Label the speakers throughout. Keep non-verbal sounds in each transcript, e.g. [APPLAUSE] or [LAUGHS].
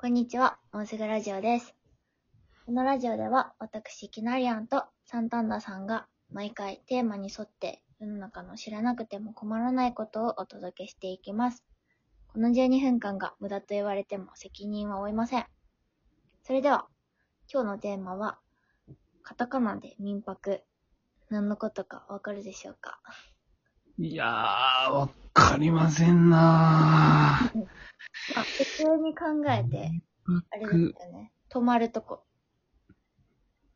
Speaker 1: こんにちは、もうすぐラジオです。このラジオでは、私、きなりあんとサンタンダさんが、毎回テーマに沿って、世の中の知らなくても困らないことをお届けしていきます。この12分間が無駄と言われても責任は負いません。それでは、今日のテーマは、カタカナで民泊。何のことかわかるでしょうか
Speaker 2: いやー、わかりませんな
Speaker 1: あ、普通に考えて、あれですよね。泊まるとこ。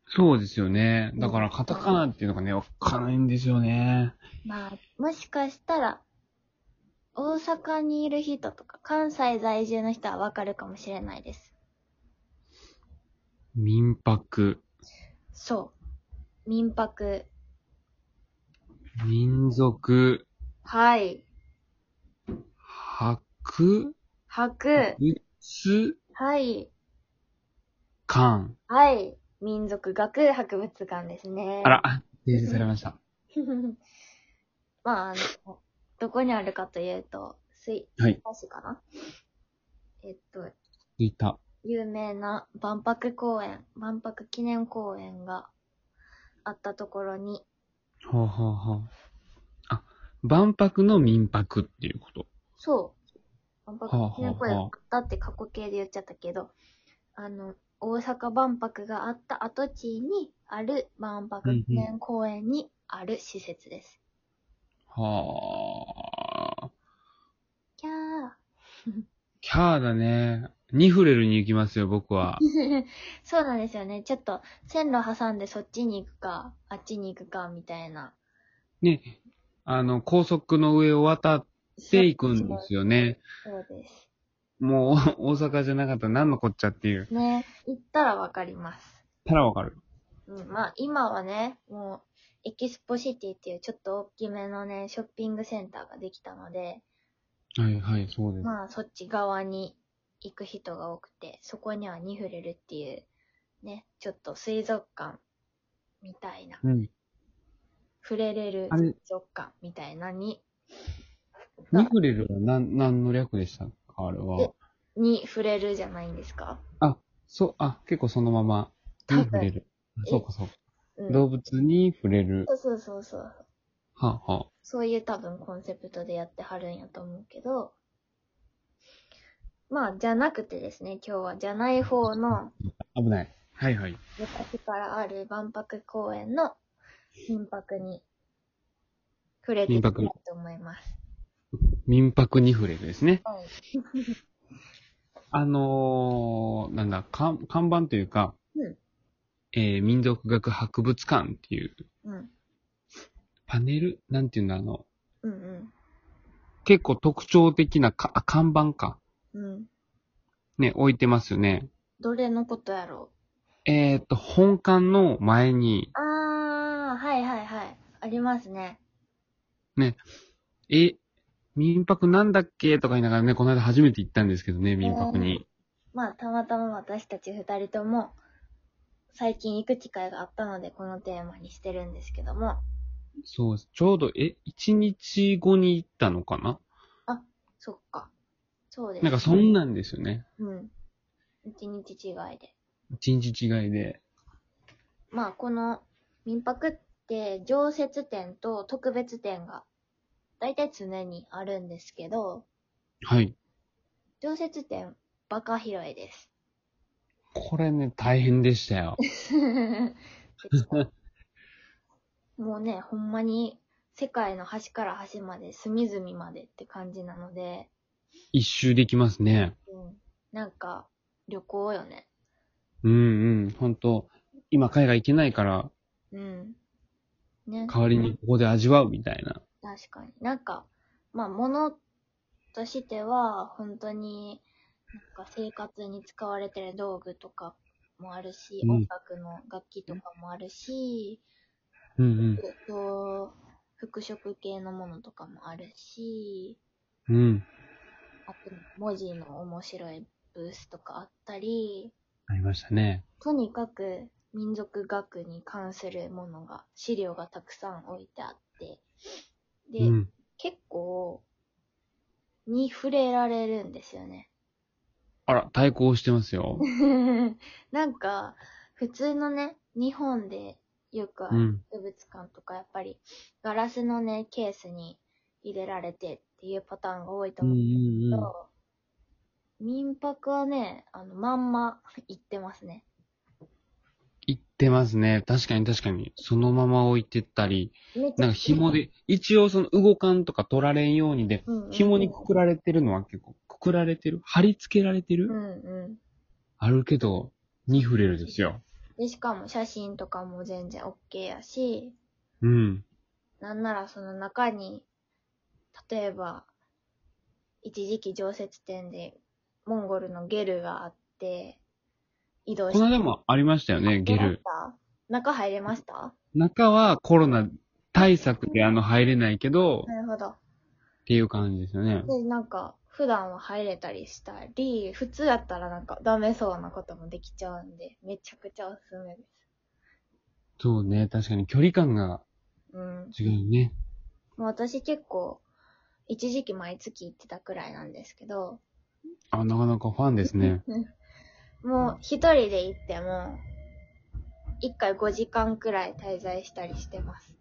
Speaker 2: そうですよね。だから、カタカナっていうのがね、わかんないんですよね。
Speaker 1: まあ、もしかしたら、大阪にいる人とか、関西在住の人はわかるかもしれないです。
Speaker 2: 民泊、
Speaker 1: そう。民泊。
Speaker 2: 民族、
Speaker 1: はい。
Speaker 2: 博、
Speaker 1: 泊。
Speaker 2: 物、
Speaker 1: はい。
Speaker 2: 館。
Speaker 1: はい。民族学博物館ですね。
Speaker 2: あ。ら、訂正されました。
Speaker 1: [LAUGHS] まあ、あの、どこにあるかというと、水、
Speaker 2: はい
Speaker 1: 橋かなえっと、
Speaker 2: 着いた。
Speaker 1: 有名な万博公園、万博記念公園があったところに、
Speaker 2: ほうほうほう。あ、万博の民泊っていうこと。
Speaker 1: そう。万
Speaker 2: はあ
Speaker 1: 博
Speaker 2: はあ
Speaker 1: 記念公園だって過去形で言っちゃったけど、あの、大阪万博があった跡地にある万博記念公園にある施設です。
Speaker 2: はあ。
Speaker 1: キャ
Speaker 2: キャーだね。ニフレルに行きますよ、僕は。
Speaker 1: ー。そうなんですよね。ちょっと線路挟んでそっちに行くか、あっちに行くかみたいな。
Speaker 2: ね、あの、高速の上を渡っていくんですよね。
Speaker 1: そうです。
Speaker 2: もう、 [LAUGHS] 大阪じゃなかったら何のこっちゃっていう。
Speaker 1: ね。行ったらわかります。
Speaker 2: たらわかる。
Speaker 1: うん、まあ今はね、もうエキスポシティっていうちょっと大きめのね、ショッピングセンターができたので、
Speaker 2: はいはい、そうです。
Speaker 1: まあそっち側に行く人が多くて、そこにはニフレルっていう、ね、ちょっと水族館みたいな、
Speaker 2: うん。
Speaker 1: 触れれる
Speaker 2: あれ
Speaker 1: 水族館みたいなに、
Speaker 2: ニフレルは何、何の略でしたかあれ
Speaker 1: え
Speaker 2: は。
Speaker 1: に触れるじゃないんですか
Speaker 2: そう、あ、結構そのまま。
Speaker 1: 多
Speaker 2: に
Speaker 1: 分
Speaker 2: 触れる。
Speaker 1: え
Speaker 2: そうかそうか。
Speaker 1: うん。
Speaker 2: 動物に触れる。
Speaker 1: そうそうそうそう。
Speaker 2: はあ、はあ。
Speaker 1: そういう多分コンセプトでやってはるんやと思うけど、まあじゃなくてですね、今日はじゃない方の
Speaker 2: 危ない。はいはい。
Speaker 1: 昔からある万博公園の民泊に触れていきたいと思います。
Speaker 2: 民泊ニフレルですね。
Speaker 1: はい。
Speaker 2: あのー、なんだ、看看板というか、
Speaker 1: うん
Speaker 2: えー民族学博物館っていう
Speaker 1: うん。
Speaker 2: パネルなんていうんだ、あの、
Speaker 1: うん
Speaker 2: 結構特徴的なか、あ、看板か。
Speaker 1: うん。うん。
Speaker 2: ね、置いてますよね。
Speaker 1: どれのことやろ
Speaker 2: えーっと、本館の前に
Speaker 1: う、あー、はいはいはい。ありますね。
Speaker 2: え、民泊なんだっけとか言いながらね、この間初めて行ったんですけどね、民泊に。
Speaker 1: まあ、たまたま私たち二人とも、最近行く機会があったので、このテーマにしてるんですけども。
Speaker 2: そうです。ちょうど、え、1日後に行ったのかな
Speaker 1: そっか。そうです。
Speaker 2: なんかそん。なんですよね。
Speaker 1: うん。一日違いで。
Speaker 2: 1日違いで。
Speaker 1: まあ、この民泊って常設展と特別展が大体常にあるんですけど、
Speaker 2: はい。
Speaker 1: 常設展バカ広いです。
Speaker 2: これね、大変でしたよ。
Speaker 1: [LAUGHS] もうね、ほんまに世界の端から端まで隅々までって感じなので、
Speaker 2: 一周できますね。
Speaker 1: うん、なんか旅行よね。
Speaker 2: うんうん。ほんと、今海外行けないから、
Speaker 1: うん。ね。
Speaker 2: 代わりにここで味わうみたいな。
Speaker 1: 確かに。なんか、まあ、ものとしては、本当に、なんか生活に使われてる道具とかもあるし、
Speaker 2: うん
Speaker 1: 音楽の楽器とかもあるし、
Speaker 2: うん
Speaker 1: えっと、服飾系のものとかもあるし、
Speaker 2: うん。うん。
Speaker 1: あと文字の面白いブースとかあったり、
Speaker 2: ありましたね。
Speaker 1: とにかく民族学に関するものが、資料がたくさん置いてあって、で、
Speaker 2: うん。
Speaker 1: 結構、に触れられるんですよね。 [LAUGHS]
Speaker 2: あら、対抗してます [LAUGHS] よ。
Speaker 1: なんか、普通のね、日本でよくあ
Speaker 2: う
Speaker 1: る
Speaker 2: ん。
Speaker 1: 博物館とかやっぱりガラスのね、ケースに入れられてっていうパターンが多いと
Speaker 2: うん
Speaker 1: 思
Speaker 2: う
Speaker 1: うんだけ
Speaker 2: んうん。
Speaker 1: ど、民泊はね、あの、まんま行ってますね。
Speaker 2: 行ってますね。確かに確かに。そのまま置いてったり、
Speaker 1: めっちゃ
Speaker 2: なんか紐で、一応その動かんとか取られんようにで、
Speaker 1: うんうん
Speaker 2: 紐にくくられてるのは結構、くくられてる貼り付けられてる、
Speaker 1: うんうん。
Speaker 2: あるけど、に触れるですよ。
Speaker 1: で、しかも写真とかも全然 OK やし、
Speaker 2: うん。
Speaker 1: なんならその中に、例えば、一時期常設展で、モンゴルのゲルがあって、移動
Speaker 2: この間もありましたよね、ゲ
Speaker 1: どうだっ
Speaker 2: ル。
Speaker 1: た中入れました
Speaker 2: 中はコロナ対策であの入れないけど、
Speaker 1: なるほど。
Speaker 2: っていう感じですよね。
Speaker 1: で、なんか、普段は入れたりしたり、普通やったらなんかダメそうなこともできちゃうんで、めちゃくちゃおすすめです。
Speaker 2: そうね、確かに距離感が
Speaker 1: うん。
Speaker 2: 違うね。
Speaker 1: もう私結構、一時期毎月行ってたくらいなんですけど、
Speaker 2: あ、なかなかファンですね。
Speaker 1: もう一人で行っても、一回5時間くらい滞在したりしてます。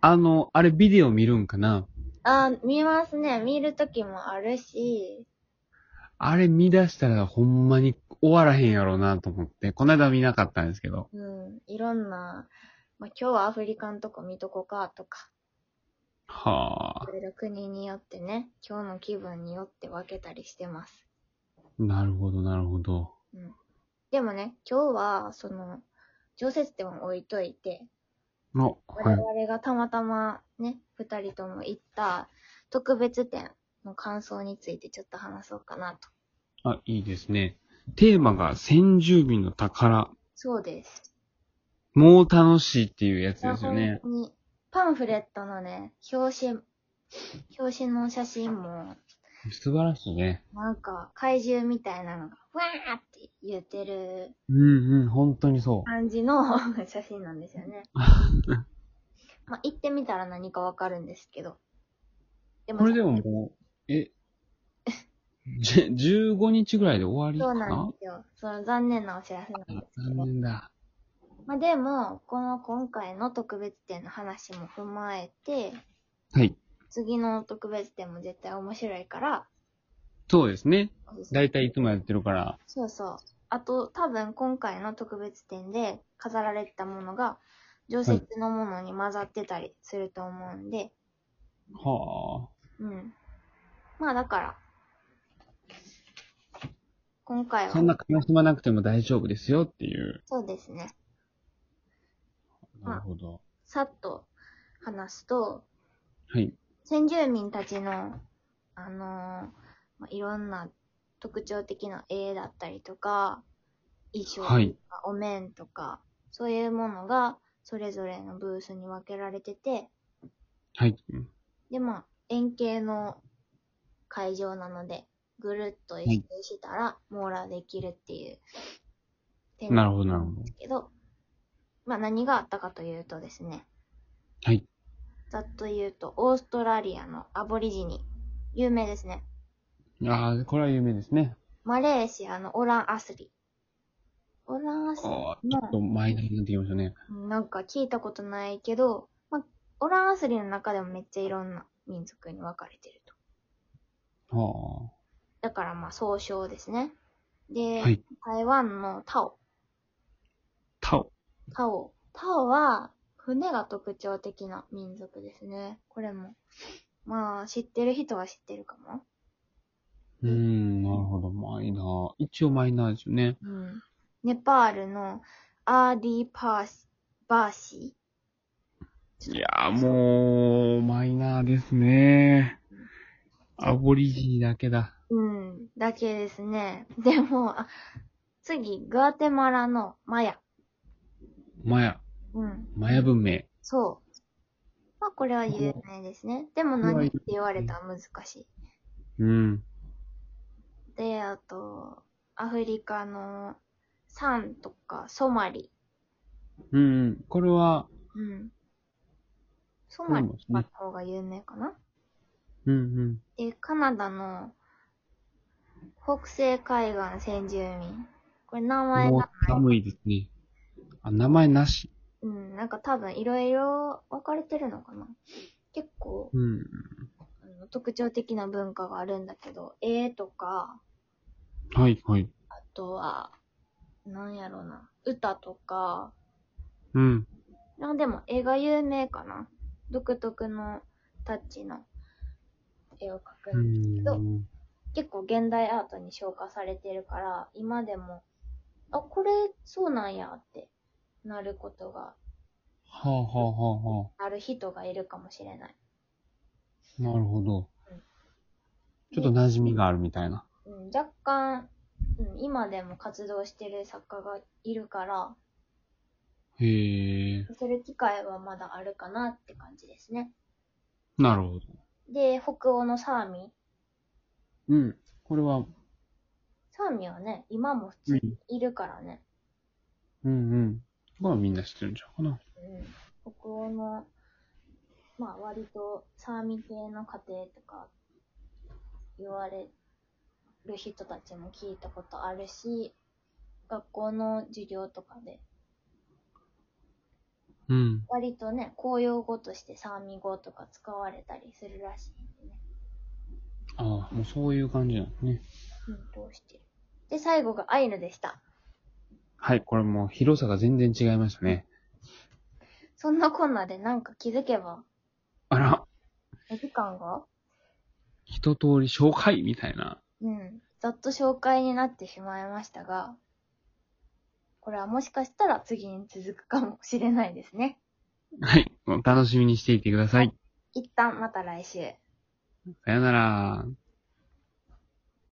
Speaker 2: あの、あれビデオ見るんかな
Speaker 1: あー、見ますね。見るときもあるし、
Speaker 2: あれ見出したらほんまに終わらへんやろうなと思って、この間見なかったんですけど。
Speaker 1: うん、いろんな、まあ、今日はアフリカのとこ見とこかとか、
Speaker 2: はあ
Speaker 1: い、ろいろ国によってね、今日の気分によって分けたりしてます。
Speaker 2: なるほど、なるほど。
Speaker 1: でもね、今日は、その、常設店を置いといて、
Speaker 2: の、
Speaker 1: 我
Speaker 2: はい。
Speaker 1: 々がたまたまね、二人とも行った特別展の感想についてちょっと話そうかなと。
Speaker 2: あ、いいですね。テーマが先住民の宝。
Speaker 1: そうです。
Speaker 2: もう楽しいっていうやつですよね。
Speaker 1: 本当にパンフレットのね、表紙、表紙の写真も、
Speaker 2: 素晴らしいね。
Speaker 1: なんか怪獣みたいなのが、わーって言ってる
Speaker 2: うんうん、本当にそ
Speaker 1: 感じの [LAUGHS] 写真なんですよ
Speaker 2: [LAUGHS]
Speaker 1: ね。まあ、行ってみたら何かわかるんですけど。で
Speaker 2: う。これでももう、え、じゅ15日ぐらいで終
Speaker 1: そ
Speaker 2: わ
Speaker 1: う
Speaker 2: りか
Speaker 1: なん
Speaker 2: な
Speaker 1: ですよ。その残念なお知らせなんですけど
Speaker 2: 残。念だ。
Speaker 1: まあでも、この今回の特別展の話も踏まえて、
Speaker 2: はい。
Speaker 1: 次の特別展も絶対面白いから、
Speaker 2: そうですね。
Speaker 1: おすすめ
Speaker 2: だいたいいつもやってるから。
Speaker 1: そうそう。あと、多分今回の特別展で飾られてたものが、常設のものに混ざってたりすると思うんで、
Speaker 2: は
Speaker 1: うん。まあだから、今回
Speaker 2: あ。
Speaker 1: は
Speaker 2: そん、な悲しまなくても大丈夫ですよっていう。
Speaker 1: そうですね。
Speaker 2: なるほど。
Speaker 1: さっと話すと、
Speaker 2: はい。
Speaker 1: 先住民たちの、あのーまあ、いろんな特徴的な絵だったりとか、衣装とか、
Speaker 2: はい
Speaker 1: お面とか、そういうものが、それぞれのブースに分けられてて、
Speaker 2: はい。
Speaker 1: で、まあ、円形の会場なので、ぐるっと一周したら、網羅できるっていう点な
Speaker 2: なる
Speaker 1: ん
Speaker 2: ほど、なるほど
Speaker 1: で。すけど、まあ何があったかというとですね、
Speaker 2: はい。
Speaker 1: ざっと言うと、オーストラリアのアボリジニ、有名ですね。
Speaker 2: ああ、これは有名ですね。
Speaker 1: マレーシアのオランアスリ。オランアスリ
Speaker 2: ああ、ちょっ
Speaker 1: も、
Speaker 2: と前になってきましたね。
Speaker 1: なんか聞いたことないけど、まあ、オランアスリの中でもめっちゃいろんな民族に分かれてると。
Speaker 2: は
Speaker 1: だからまあ、総称ですね。
Speaker 2: あ。
Speaker 1: で、
Speaker 2: はい。
Speaker 1: 台湾のタオ。
Speaker 2: タオ。
Speaker 1: タオ。タオは、船が特徴的な民族ですね。これも。まあ、知ってる人は知ってるかも。
Speaker 2: うーん、なるほど。マイナー。一応マイナーですよね。
Speaker 1: うん。ネパールのアーディパーシ、バーシー。
Speaker 2: いやー、もう、マイナーですね。アボリジニだけだ。
Speaker 1: うん、だけですね。でも、あ次、グアテマラのマヤ。
Speaker 2: マヤ。
Speaker 1: うん、
Speaker 2: マヤ文明。
Speaker 1: そう。まあ、これは有名ですね。でも何って言われたら難し
Speaker 2: うん。
Speaker 1: い。で、あと、アフリカのサンとかソマリ。
Speaker 2: うんうん。これは、
Speaker 1: うん。ソマリ
Speaker 2: そうで
Speaker 1: と
Speaker 2: す
Speaker 1: か
Speaker 2: ね
Speaker 1: の方が有名かな。
Speaker 2: うんうん。
Speaker 1: で、カナダの北西海岸先住民。これ名前
Speaker 2: もう
Speaker 1: が、
Speaker 2: 寒いですね。あ、名前なし。
Speaker 1: うん、なんか多分いろいろ分かれてるのかな。結構、
Speaker 2: うん。
Speaker 1: あの特徴的な文化があるんだけど、絵とか、
Speaker 2: はい、はい。
Speaker 1: あとは、なんやろな、歌とか、
Speaker 2: うん。
Speaker 1: なんでも絵が有名かな。独特のタッチの絵を描く
Speaker 2: うん
Speaker 1: ですけど、
Speaker 2: ん。
Speaker 1: 結構現代アートに昇華されてるから、今でも、あ、これそうなんやってなることが
Speaker 2: はあ、はあ、はあ、は
Speaker 1: ある人がいるかもしれない。
Speaker 2: あ。なるほど
Speaker 1: うん。
Speaker 2: ちょっと馴染みがあるみたいな。
Speaker 1: うん、若干、うん、今でも活動してる作家がいるから、
Speaker 2: へえ。
Speaker 1: する機会はまだあるかなって感じですね。
Speaker 2: なるほど。
Speaker 1: で、北欧のサーミ。
Speaker 2: うん。これは、
Speaker 1: サーミはね、今も普通にいるからね。
Speaker 2: うんうん。まあみんな知ってるんちゃうかな。
Speaker 1: うん、北欧の、まあ割とサーミ系の家庭とか言われる人たちも聞いたことあるし、学校の授業とかで、
Speaker 2: うん。
Speaker 1: 割とね、公用語としてサーミ語とか使われたりするらしいんでね、
Speaker 2: ああ、もうそういう感じなんですね。
Speaker 1: 奮闘してる。で、最後がアイヌでした。
Speaker 2: はい、これもう広さが全然違いましたね。
Speaker 1: そんなこんなでなんか気づけば、
Speaker 2: あら、
Speaker 1: お時間が
Speaker 2: 一通り紹介みたいな。
Speaker 1: うん。ざっと紹介になってしまいましたが、これはもしかしたら次に続くかもしれないですね。
Speaker 2: [LAUGHS] はい、お楽しみにしていてください。
Speaker 1: 一旦また来週。
Speaker 2: さよなら。